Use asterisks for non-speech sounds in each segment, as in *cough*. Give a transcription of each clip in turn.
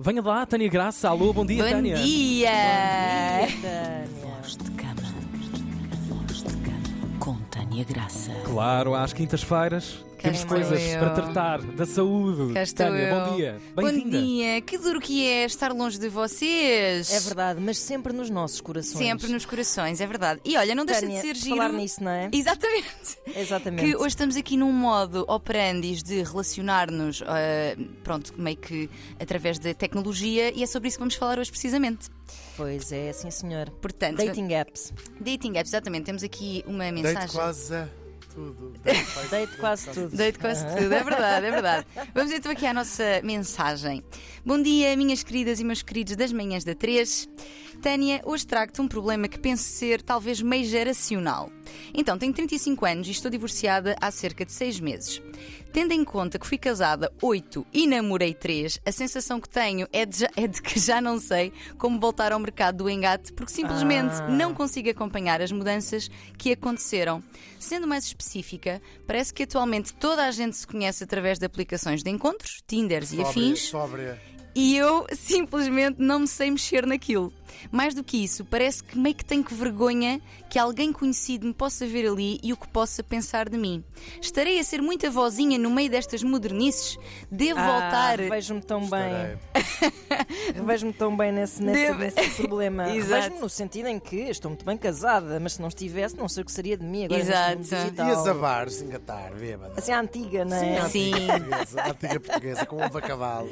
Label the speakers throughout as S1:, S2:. S1: Venha lá, Tânia Graça. Alô, bom dia,
S2: Bom
S1: Tânia.
S2: dia!
S3: É. Voz de cama. Voz de cama. Com Tânia Graça.
S1: Claro, às quintas-feiras temos
S2: Quem
S1: coisas
S2: sou eu?
S1: para tratar da saúde.
S2: Cá estou
S1: Tânia,
S2: eu.
S1: bom dia.
S2: Bom
S1: Bem-vinda.
S2: dia! Que duro que é estar longe de vocês!
S3: É verdade, mas sempre nos nossos corações.
S2: Sempre nos corações, é verdade. E olha, não deixa
S3: Tânia,
S2: de ser
S3: por
S2: giro.
S3: falar nisso, não é?
S2: Exatamente.
S3: Exatamente.
S2: Que hoje estamos aqui num modo operandis de relacionar-nos, eh, pronto, meio que através da tecnologia, e é sobre isso que vamos falar hoje precisamente.
S3: Pois é, sim senhor.
S2: Portanto,
S3: Dating apps.
S2: dating apps, exatamente, temos aqui uma mensagem.
S4: Deito quase a tudo.
S2: *laughs*
S3: Deito quase tudo.
S2: Deito quase tudo, é verdade, é verdade. Vamos então aqui à nossa mensagem. Bom dia, minhas queridas e meus queridos das manhãs da 3. Tânia, hoje trago-te um problema que penso ser talvez meio geracional. Então, tenho 35 anos e estou divorciada há cerca de 6 meses. Tendo em conta que fui casada 8 e namorei 3, a sensação que tenho é de, já- é de que já não sei como voltar ao mercado do engate porque simplesmente
S3: Ah.
S2: não consigo acompanhar as mudanças que aconteceram. Sendo mais específica, parece que atualmente toda a gente se conhece através de aplicações de encontros, Tinders e afins.
S4: Sóbria.
S2: E eu simplesmente não me sei mexer naquilo. Mais do que isso, parece que meio que tenho que vergonha que alguém conhecido me possa ver ali e o que possa pensar de mim. Estarei a ser muita vozinha no meio destas modernices? Devo
S3: Ah,
S2: voltar?
S3: Vejo-me tão bem.
S4: Estarei.
S3: Vejo-me tão bem nesse, nesse,
S2: Devo- *laughs*
S3: nesse problema.
S2: Exato.
S3: Vejo-me no sentido em que estou muito bem casada, mas se não estivesse, não sei o que seria de mim agora. neste
S2: Exato.
S3: mundo
S4: E as
S3: Digital.
S4: abares, engatar, bêbada.
S3: Assim, a antiga, não é?
S4: a antiga
S2: Sim.
S4: portuguesa, A antiga portuguesa, com uva
S2: *laughs*
S4: a cavalo.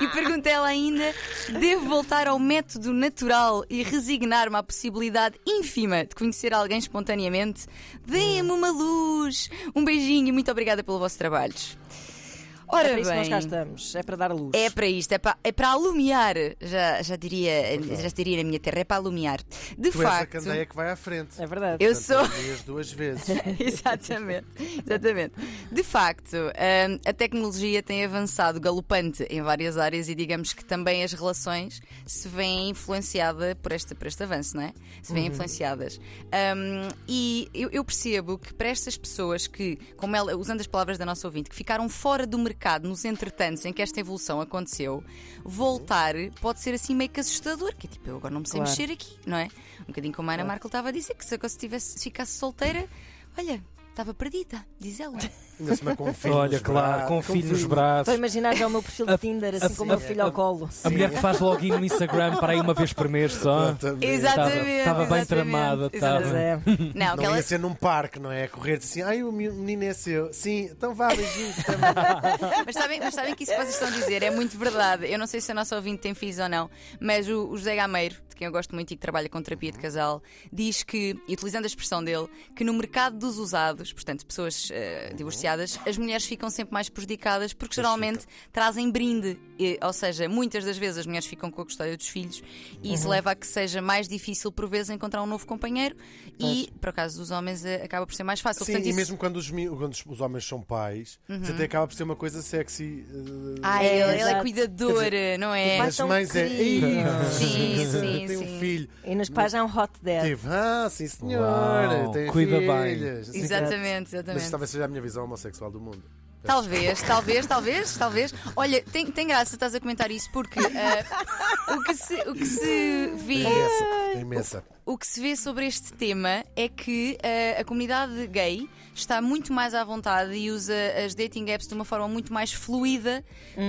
S2: E pergunta ela ainda: devo voltar ao método natural e resignar-me à possibilidade ínfima de conhecer alguém espontaneamente? Deem-me uma luz! Um beijinho e muito obrigada pelo vosso trabalho. Ora
S3: É para isso que nós
S2: bem.
S3: cá estamos. É para dar luz.
S2: É para isto, é para, é para alumiar, já, já, diria, já se diria na minha terra, é para alumiar. De
S4: Tu és a
S2: facto,
S4: candeia que vai à frente.
S3: É verdade.
S2: eu
S4: Portanto,
S2: sou.
S4: alumeias duas vezes.
S2: exatamente, exatamente. De facto, hum, a tecnologia tem avançado galopante em várias áreas e digamos que também as relações se veem influenciadas por este, por este avanço, não é? Se veem influenciadas. Hum, e eu, eu percebo que para estas pessoas que, como ela, usando as palavras da nossa ouvinte, que ficaram fora do mercado nos entretantos em que esta evolução aconteceu, voltar pode ser assim meio que assustador, que é tipo, eu agora não me sei
S3: Claro.
S2: mexer aqui, não é? Um bocadinho como a Ana Markel estava a dizer, que se eu tivesse, se ficasse solteira, olha, estava perdida, diz ela.
S4: Ainda se me com um filho
S1: Olha,
S4: nos
S1: claro,
S4: braços.
S1: com o filho nos braços.
S3: Estou a imaginar já o meu perfil
S1: A-
S3: de Tinder, assim
S1: a-
S3: com o meu filho ao colo.
S1: A mulher que faz login no Instagram para aí uma vez por mês só.
S4: Exatamente.
S2: *laughs* Exatamente.
S1: estava bem
S2: exatamente,
S1: tramada, estava.
S3: Pois
S2: exatamente.
S3: é.
S2: Não,
S4: Não
S2: que ela.
S4: ia ser num parque, não é? A correr assim, ai, o meu menino é seu. Sim, então vá, beijinho.
S2: *laughs*
S4: também.
S2: Mas sabem, mas sabem que isso que vocês estão a dizer é muito verdade. Eu não sei se a nossa ouvinte tem filhos ou não, mas o, o José Gameiro, de quem eu gosto muito e que trabalha com terapia de
S4: Uhum.
S2: casal, diz que, e utilizando a expressão dele, que no mercado dos usados, portanto, pessoas
S4: Uhum.
S2: eh, divorciadas, as mulheres ficam sempre mais prejudicadas porque geralmente trazem brinde. E, ou seja, muitas das vezes as mulheres ficam com a custódia dos filhos e
S4: Uhum.
S2: isso leva a que seja mais difícil, por vezes, encontrar um novo companheiro e, para o caso dos homens, eh, acaba por ser mais fácil.
S4: Sim,
S2: portanto,
S4: e
S2: isso- Uhum.
S4: mesmo quando os, mi- quando os- os homens são pais, isso até acaba por ser uma coisa sexy. eh,
S2: Ai,
S3: É,
S2: ela- ela é
S3: exato.
S2: cuidadora, não é?
S4: Mas
S3: tão
S4: mães é.
S3: querido.
S4: *laughs* "Ih,
S2: Sim, sim,
S4: Tem
S2: sim. É.
S4: um filho.
S3: E nos pais há um hot dad.
S4: Teve, ah, sim senhora,
S1: Uau,
S4: tem
S1: cuida bem.
S4: filhas. Sim,
S2: Exatamente,
S4: Mas isso
S2: exatamente.
S4: talvez seja a minha visão homossexual do mundo.
S2: Talvez, talvez, talvez, talvez. Olha, tem, tem graça estás a comentar isso porque ah, o, que se, o que se vê.
S4: É imensa, é imensa.
S2: O que se vê sobre este tema é que eh, a comunidade gay está muito mais à vontade e usa as dating apps de uma forma muito mais fluida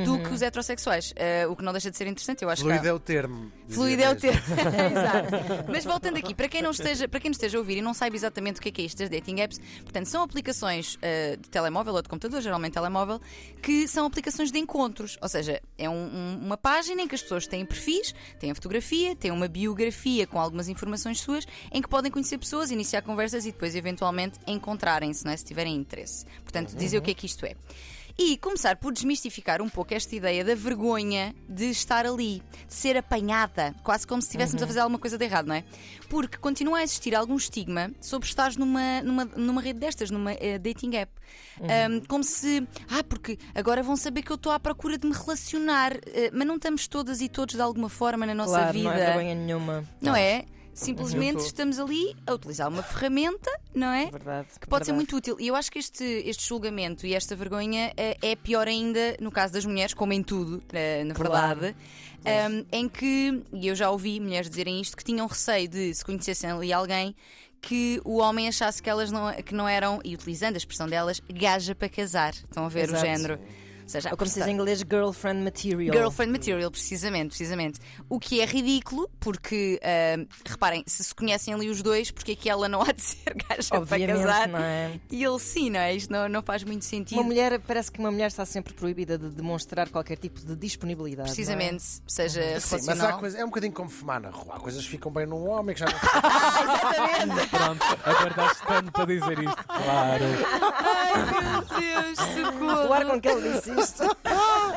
S2: do que os heterossexuais. Eh, o que não deixa de ser interessante, eu acho
S4: Fluido
S2: que.
S4: é o termo. dizia
S2: Fluido é o
S4: mesmo.
S2: termo.
S4: *laughs*
S2: *laughs* Exato. Mas voltando aqui, para quem, não esteja, para quem nos esteja a ouvir e não sabe exatamente o que é que é isto das dating apps, portanto, são aplicações ah, de telemóvel ou de computador, geralmente telemóvel, que são aplicações de encontros. Ou seja, é um- um- uma página em que as pessoas têm perfis, têm a fotografia, têm uma biografia com algumas informações suas, em que podem conhecer pessoas, iniciar conversas e depois, eventualmente, encontrarem-se, não é? se tiverem interesse. Portanto, dizer
S4: Uhum.
S2: o que é que isto é. E começar por desmistificar um pouco esta ideia da vergonha de estar ali, de ser apanhada, quase como se
S3: Uhum.
S2: estivéssemos a fazer alguma coisa de errado, não é? Porque continua a existir algum estigma sobre estares numa, numa, numa rede destas, numa eh, dating app.
S3: Uhum.
S2: Ahm, como se, ah, porque agora vão saber que eu estou à procura de me relacionar, eh, mas não estamos todas e todos de alguma forma na nossa
S3: Claro,
S2: vida.
S3: não Uhum. é vergonha nenhuma.
S2: Não é? Simplesmente
S4: Eu tô.
S2: estamos ali a utilizar uma ferramenta, não é?
S3: Verdade.
S2: Que pode ser muito útil. E eu acho que este, este julgamento e esta vergonha eh, é pior ainda no caso das mulheres, como em tudo, eh, na
S3: Claro. É.
S2: verdade. Ahm, em que, e eu já ouvi mulheres dizerem isto, que tinham receio de, se conhecessem ali alguém, que o homem achasse que elas não, que não eram, e utilizando a expressão delas, gaja para casar. Estão a ver
S3: Exato.
S2: o género? Ou seja,
S3: Ou como se diz em inglês, girlfriend material.
S2: Girlfriend material, precisamente, precisamente. O que é ridículo, porque ahm, reparem, se se conhecem ali os dois, porque é que ela não há de ser gaja
S3: Obviamente,
S2: para casar?
S3: não é?
S2: E ele sim, não é? Isto não, não faz muito
S3: Uma
S2: sentido.
S3: mulher, parece que uma mulher está sempre proibida de demonstrar qualquer tipo de disponibilidade. não é?
S2: Precisamente, seja
S4: Sim,
S2: relacional.
S4: mas há coisa, é um bocadinho como fumar na rua. Há coisas que ficam bem num
S2: *laughs*
S4: homem que já não.
S2: Exatamente.
S1: Pronto, aguardaste tanto para dizer isto. Claro.
S2: *laughs* Ai, meu Deus,
S3: O ar com
S2: socorro.
S3: que ele disse
S2: *laughs*
S3: isto.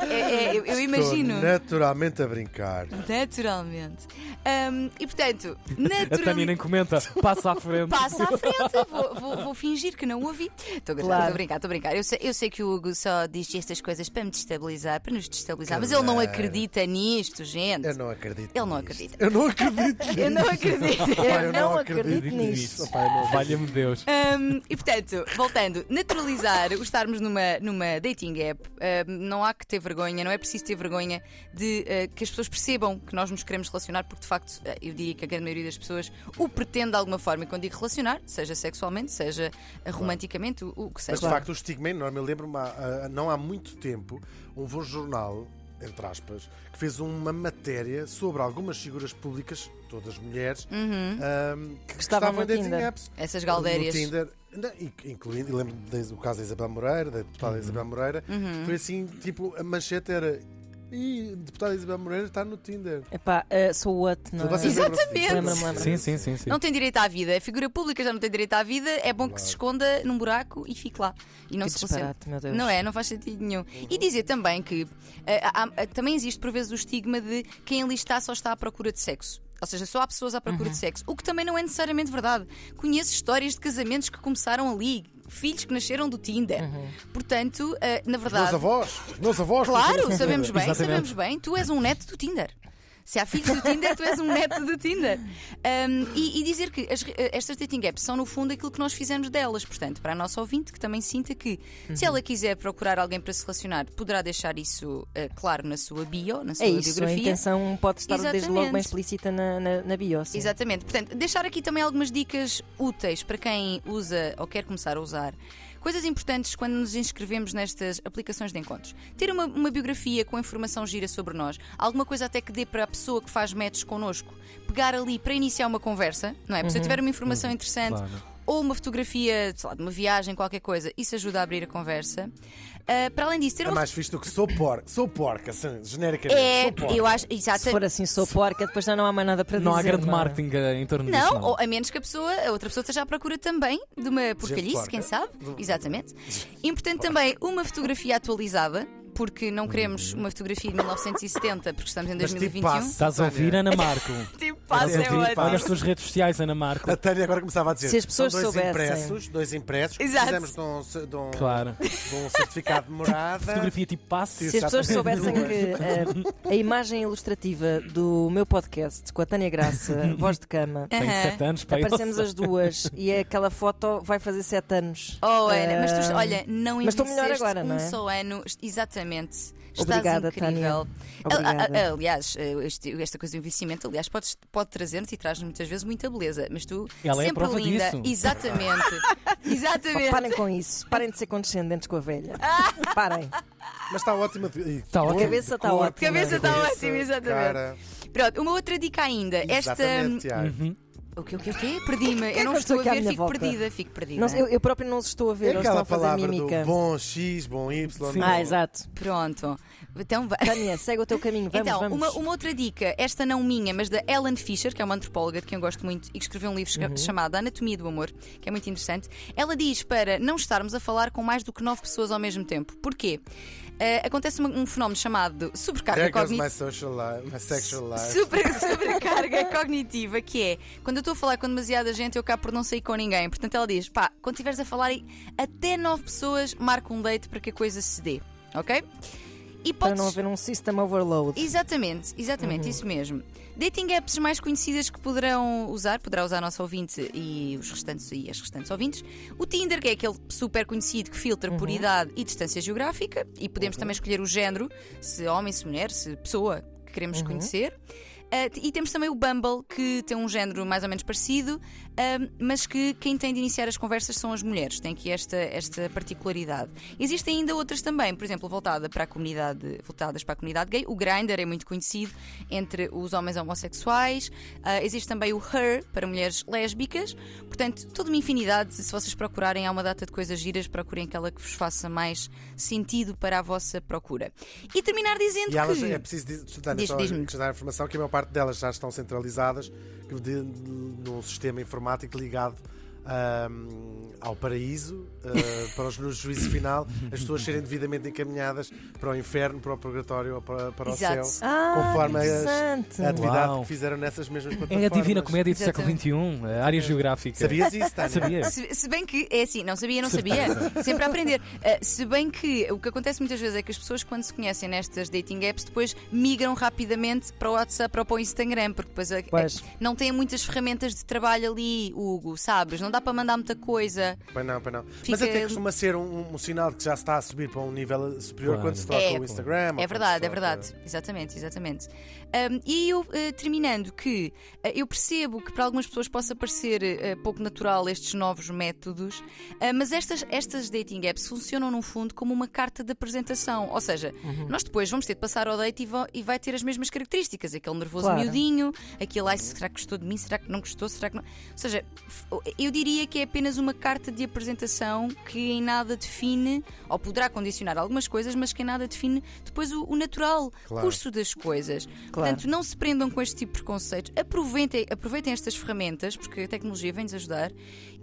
S2: É, é, eu, eu imagino.
S4: Estou naturalmente a brincar.
S2: Naturalmente. Ahm, e portanto,
S1: A Tânia nem
S2: naturalmente.
S1: comenta, passa à frente.
S2: Passa à frente, vou, vou- vou fingir que não ouvi. Estou a brincar, estou a
S3: Claro.
S2: brincar, estou a brincar. Eu sei, eu sei que o Hugo só diz estas coisas para me destabilizar, para nos destabilizar, mas ele não
S4: Caralho.
S2: acredita nisto, gente.
S4: Eu não acredito.
S2: Ele não
S4: nisto.
S2: acredita.
S4: Eu não acredito.
S2: *laughs* Eu não acredito.
S4: Pá, eu
S3: não
S4: não
S3: acredito
S4: acredito
S3: nisto.
S4: nisto. Pá, eu não-
S1: Valha-me Deus.
S2: Hum, e portanto, voltando, naturalizar o estarmos numa, numa dating app, hum, não há que ter vergonha, não é preciso ter vergonha de eh, que as pessoas percebam que nós nos queremos relacionar, porque de facto eh, eu diria que a grande maioria das pessoas o pretende de alguma forma. E quando digo relacionar, seja sexualmente, seja eh, romanticamente, o, o que seja.
S4: Mas de facto o estigma é enorme. Eu lembro-me, há- há- não há muito tempo, houve um jornal, entre aspas, que fez uma matéria sobre algumas figuras públicas, todas mulheres, ahm, que
S3: estavam
S4: estavam
S3: no
S4: em dating
S3: Tinder.
S4: apps.
S2: Essas galdérias.
S4: No Tinder. Não, in- incluindo, e lembro-me de- do caso da Isabel Moreira, da deputada Isabel Moreira, foi assim, tipo, a manchete era. E a deputada Isabel Moreira está no Tinder.
S3: Epá, uh, so what, não é?
S4: Vocês lembram-se disso?
S2: Exatamente.
S3: Lembro-me, lembro-me.
S1: Sim, sim, sim. sim.
S2: Não tem direito à vida. A figura pública já não tem direito à vida. É bom que se esconda num buraco e fique lá. E não
S3: Que
S2: se relacione.
S3: disparate, meu Deus.
S2: Não é? Não faz sentido nenhum. E dizer também que eh, há- há- também existe por vezes o estigma de quem ali está só está à procura de sexo. Ou seja, só há pessoas à procura
S3: Uhum.
S2: de sexo. O que também não é necessariamente verdade. Conheço histórias de casamentos que começaram ali, filhos que nasceram do Tinder.
S3: Uhum.
S2: Portanto, eh, na
S4: Os meus
S2: verdade.
S4: avós, os meus avós.
S2: Claro, sabemos bem,
S1: Exatamente.
S2: sabemos bem. Tu és um neto do Tinder. Se há filhos do Tinder, tu és um neto do Tinder. Um, e, e dizer que as re- estas dating apps são, no fundo, aquilo que nós fizemos delas. Portanto, para a nossa ouvinte, que também sinta que,
S3: Uhum.
S2: se ela quiser procurar alguém para se relacionar, poderá deixar isso eh, claro na sua bio, na sua
S3: É isso, a
S2: biografia.
S3: intenção pode estar desde
S2: Exatamente.
S3: logo bem explícita na, na, na bio. sim.
S2: Exatamente. Portanto, deixar aqui também algumas dicas úteis para quem usa ou quer começar a usar. Coisas importantes quando nos inscrevemos nestas aplicações de encontros. Ter uma, uma biografia com informação gira sobre nós. Alguma coisa até que dê para a pessoa que faz matches connosco pegar ali para iniciar uma conversa, não é? Porque se eu tiver uma informação interessante
S1: Claro.
S2: ou uma fotografia, sei lá, de uma viagem, qualquer coisa, isso ajuda a abrir a conversa. Ah, para além disso, ter
S4: É
S2: uma.
S4: mais fixe do que sou porca. Sou porca, assim, genericamente.
S2: É,
S4: sou porca.
S2: eu acho. Exato,
S3: Se for assim, sou porca, depois já não há mais nada para dizer.
S1: Não há grande
S3: é?
S1: marketing eh, em torno disso.
S2: Não, ou a menos que a pessoa, a outra pessoa esteja à procura também de uma porcalhice,
S4: porca.
S2: quem sabe? Exatamente. Importante também uma fotografia atualizada, porque não queremos uma fotografia de 1970, porque estamos em
S4: Mas tipo
S2: 2021.
S4: passe.
S1: Estás a ouvir, Ana Marco?
S2: Tipo, passa,
S4: Mas
S2: é
S4: é tipo
S1: Olha nas
S2: ótimo.
S4: passe.
S1: tuas redes sociais, Ana Marco.
S4: A Tânia agora começava a dizer:
S3: Se as pessoas
S4: são dois
S3: soubessem.
S4: impressos, dois impressos,
S2: Exato.
S4: precisamos de um, ce- de um-
S1: Claro.
S4: de um
S3: *laughs*
S4: certificado de morada.
S1: Fotografia tipo passe.
S3: Se as pessoas
S4: Exatamente.
S3: soubessem que eh, a imagem ilustrativa do meu podcast com a Tânia
S4: *laughs*
S3: Graça, voz de cama,
S1: Tenho
S2: Aham.
S1: 7 anos, pai.
S3: aparecemos as duas e é aquela foto vai fazer 7 anos.
S2: Oh, Ana, mas tu,
S3: Eh,
S2: olha, não
S3: mas estou melhor
S2: envelheceste
S3: agora,
S2: um
S3: não é?
S2: só ano, exatamente. Estás
S3: Obrigada,
S2: incrível. A- a-
S3: Tânia. Eh, Obrigada.
S2: a- Aliás, eh, este- esta coisa do envelhecimento, aliás, pode, pode trazer-nos e traz-nos muitas vezes muita beleza, mas tu
S1: Ela é a
S2: sempre
S1: prova
S2: linda.
S1: disso.
S2: Exatamente.
S3: Pá,
S2: exatamente.
S3: Parem com isso, parem de ser condescendentes com
S2: *laughs*
S3: a velha.
S2: Ah!
S3: Parem.
S4: Tá Mas está ótima. Está
S1: ótima.
S3: Cabeça está ótima.
S2: Cabeça tá está ótima, exatamente. Pronto, uma outra dica ainda.
S3: hum,
S4: Exatamente,
S2: Esta.
S4: Tiago. É
S2: O que, o que, o que? Perdi-me.
S3: que
S2: eu não
S3: aconteceu
S2: estou a
S3: aqui à
S2: ver,
S3: minha
S2: fico
S3: volta?
S2: perdida, fico perdida.
S3: Não sei, eu, eu próprio não os estou a ver,
S4: É
S3: eles estão a
S4: aquela
S3: fazer
S4: palavra do
S3: mímica.
S4: bom X, bom Y.
S1: Sim.
S4: bom-
S3: Ah, exato.
S2: Pronto. Então, va-
S3: Tânia, segue o teu caminho, vamos,
S2: então
S3: vamos.
S2: Uma, uma outra dica, esta não minha, mas da Ellen Fisher, que é uma antropóloga de quem eu gosto muito e que escreveu um livro esca-
S3: Uhum.
S2: chamado Anatomia do Amor, que é muito interessante. Ela diz para não estarmos a falar com mais do que nove pessoas ao mesmo tempo. Porquê? Eh, acontece uma- um fenómeno chamado sobrecarga
S4: There goes
S2: cognitiva.
S4: my social life, my sexual life.
S2: Super,
S3: *laughs*
S2: sobrecarga cognitiva, que é quando eu estou a falar com demasiada gente, eu acabo por não sair com ninguém. Portanto, ela diz: pá, quando estiveres a falar aí, até nove pessoas, marca um date para que a coisa se dê, ok? E
S3: Para
S2: pode
S3: não haver Uhum. um system overload.
S2: Exatamente, exatamente, isso mesmo. Dating apps mais conhecidas que poderão usar, poderá usar a nossa ouvinte e os restantes e as restantes ouvintes. O Tinder, que é aquele super conhecido que filtra
S3: Uhum.
S2: por idade e distância geográfica, e podemos também escolher o género, se homem, se mulher, se pessoa que queremos
S3: Uhum.
S2: conhecer. Ah, e temos também o Bumble, que tem um género mais ou menos parecido, ah, mas que quem tem de iniciar as conversas são as mulheres, tem aqui esta, esta particularidade. Existem ainda outras também, por exemplo, voltada para a comunidade, voltadas para a comunidade gay. O Grindr é muito conhecido entre os homens homossexuais. Ah, existe também o Her, para mulheres lésbicas. Portanto, toda uma infinidade. Se vocês procurarem, há uma data de coisas giras, procurem aquela que vos faça mais sentido para a vossa procura. E terminar dizendo
S4: E elas,
S2: que.
S4: é preciso diz- Tânia,
S2: Diz-
S4: só
S2: diz-me.
S4: acrescentar a informação que a maior parte delas já estão centralizadas que de- num sistema informático ligado ahm, ao paraíso, ah,
S2: *laughs*
S4: para os, no juízo final, as pessoas serem devidamente encaminhadas para o inferno, para o purgatório ou para, para o
S2: Exato.
S4: céu.
S3: Ah,
S4: Conforme as-
S3: interessante.
S4: A atividade
S1: Uau.
S4: que fizeram nessas mesmas
S1: É a
S4: plataformas.
S1: divina comédia do século
S2: Exatamente.
S1: XXI, a área geográfica.
S4: Sabias isso, Tânia?
S1: Sabia.
S2: Se, se bem que, é assim, não sabia, não sabia, sempre a aprender. Ah, se bem que o que acontece muitas vezes é que as pessoas, quando se conhecem nestas dating apps, depois migram rapidamente para o WhatsApp ou para o Instagram, porque depois ah,
S3: Pois.
S2: ah, não têm muitas ferramentas de trabalho ali, Hugo, sabes? Não dá para mandar muita coisa.
S4: Pois não, pois não. Mas
S2: Fica-
S4: até costuma ser um, um sinal de que já está a subir para um nível superior
S1: Claro.
S4: quando se troca
S2: É,
S4: o Instagram. ou
S2: É
S4: quando
S2: verdade,
S4: se
S2: é
S4: troca-
S2: verdade. Exatamente, exatamente. Um, e eu, eh, terminando, que eh, eu percebo que para algumas pessoas possa parecer eh, pouco natural estes novos métodos, eh, mas estas, estas dating apps funcionam, num fundo, como uma carta de apresentação. Ou seja, nós depois vamos ter de passar ao date e, vo- e vai ter as mesmas características. Aquele nervoso
S3: Claro.
S2: miudinho, aquele ai, será que gostou de mim? Será que não gostou? Será que não. Ou seja, f- eu diria que é apenas uma carta de apresentação que em nada define, ou poderá condicionar algumas coisas, mas que em nada define depois o, o natural
S4: Claro.
S2: curso das coisas.
S3: Claro.
S2: Portanto, não se prendam com este tipo de preconceitos. Aproveitem, aproveitem estas ferramentas, porque a tecnologia vem-nos ajudar.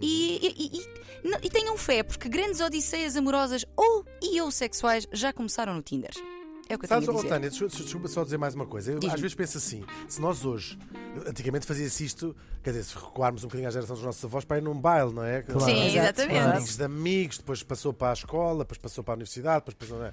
S2: E, e- e- e- não- e tenham fé, porque grandes odisseias amorosas ou e ou sexuais já começaram no Tinder. É o que eu
S4: Sabes,
S2: tenho a
S4: oh,
S2: dizer.
S4: Tânia, deixa- deixa- desculpa só dizer mais uma coisa. Eu,
S2: Diz-me.
S4: às vezes penso assim: se nós hoje, antigamente fazia-se isto, quer dizer, se recuarmos um bocadinho à geração dos nossos avós para ir num baile, não é?
S2: Sim,
S3: Exato,
S2: exatamente.
S3: claro.
S4: Amigos de amigos, depois passou para a escola, depois passou para a universidade, depois passou. não é?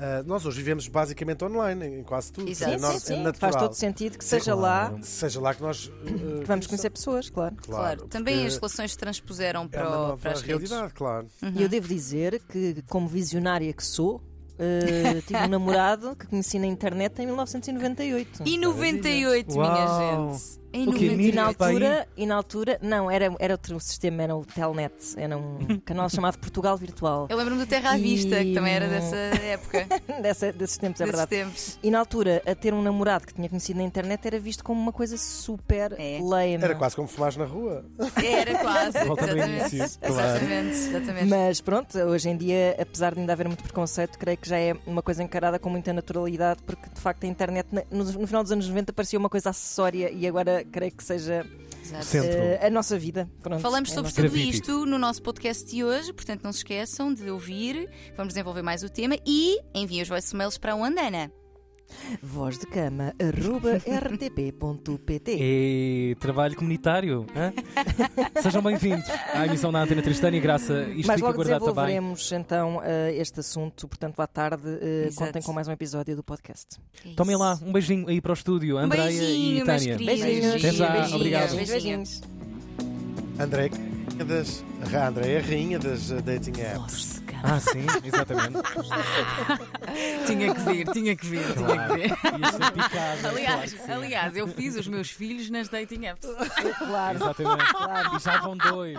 S4: Ah, nós hoje vivemos basicamente online, em- em quase tudo.
S2: Exato.
S4: É,
S3: Sim,
S4: nor-
S3: sim,
S4: é
S3: sim.
S4: natural.
S3: Faz todo sentido que seja lá
S1: Claro.
S4: Seja lá que nós. eh,
S3: que vamos conhecer pessoas, claro.
S2: Claro, também
S4: porque
S2: as relações se transpuseram
S4: É
S2: para,
S4: uma
S2: o-
S4: nova
S2: para as redes. Uhum.
S4: realidade, claro.
S3: E
S2: é?
S3: eu devo dizer que, como visionária que sou,
S2: *laughs*
S3: eh, tive um namorado que conheci na internet em 1998.
S2: E 98, minha
S1: Uau.
S2: gente. Em
S1: O quê?
S3: E
S2: 98.
S3: na
S1: Mirk? Pai?
S3: altura, e na altura não, era, era outro sistema, era o Telnet, era
S2: *laughs*
S3: um canal chamado Portugal Virtual.
S2: Eu lembro-me do Terra à Vista, que também era
S3: E-
S2: dessa época,
S3: *laughs* Dessa- desses tempos, é
S2: desses
S3: verdade.
S2: tempos.
S3: E na altura, a ter um namorado que tinha conhecido na internet era visto como uma coisa super
S2: É.
S3: lame.
S4: Era quase como fumares na rua.
S2: Era quase.
S1: Voltando ao
S2: exatamente.
S1: início, claro.
S2: Exatamente, exatamente.
S3: Mas pronto, hoje em dia, apesar de ainda haver muito preconceito, creio que já é uma coisa encarada com muita naturalidade, porque de facto a internet na- no, no final dos anos 90 parecia uma coisa acessória e agora creio que seja
S2: Exato.
S1: Sim. Dentro.
S3: eh, a nossa vida. Pronto,
S2: Falamos
S3: é a
S2: sobre
S3: nossa-
S2: tudo
S1: Gravítico.
S2: isto no nosso podcast de hoje, portanto não se esqueçam de ouvir. Vamos desenvolver mais o tema e enviem os vossos mails para o Andana.
S3: Voz de cama, *laughs* arroba rtp.pt.
S1: É E trabalho comunitário. hã? Sejam bem-vindos à emissão da Antena Tristana e Graça. Isto
S3: Mas
S1: fica
S3: logo
S1: guardado tá também.
S3: desenvolveremos então eh, este assunto, portanto, à tarde eh,
S2: Exato.
S3: contem com mais um episódio do podcast.
S2: É isso.
S1: Tomem lá um beijinho aí para o estúdio,
S2: Um
S1: Andreia
S2: beijinho,
S1: e
S2: meus
S1: Tânia.
S2: queridos.
S3: Beijinhos.
S1: Até já, obrigado.
S2: Beijinho.
S3: Beijinhos.
S4: André, é das, André é a rainha das eh, dating apps.
S1: Ah, sim, exatamente.
S5: Tinha que vir, tinha que vir, tinha que
S1: Claro.
S5: vir.
S1: Isso é picado.
S5: Aliás,
S1: claro que sim.
S5: aliás, eu fiz os meus filhos nas dating apps.
S3: Claro.
S1: Exatamente. E já vão dois.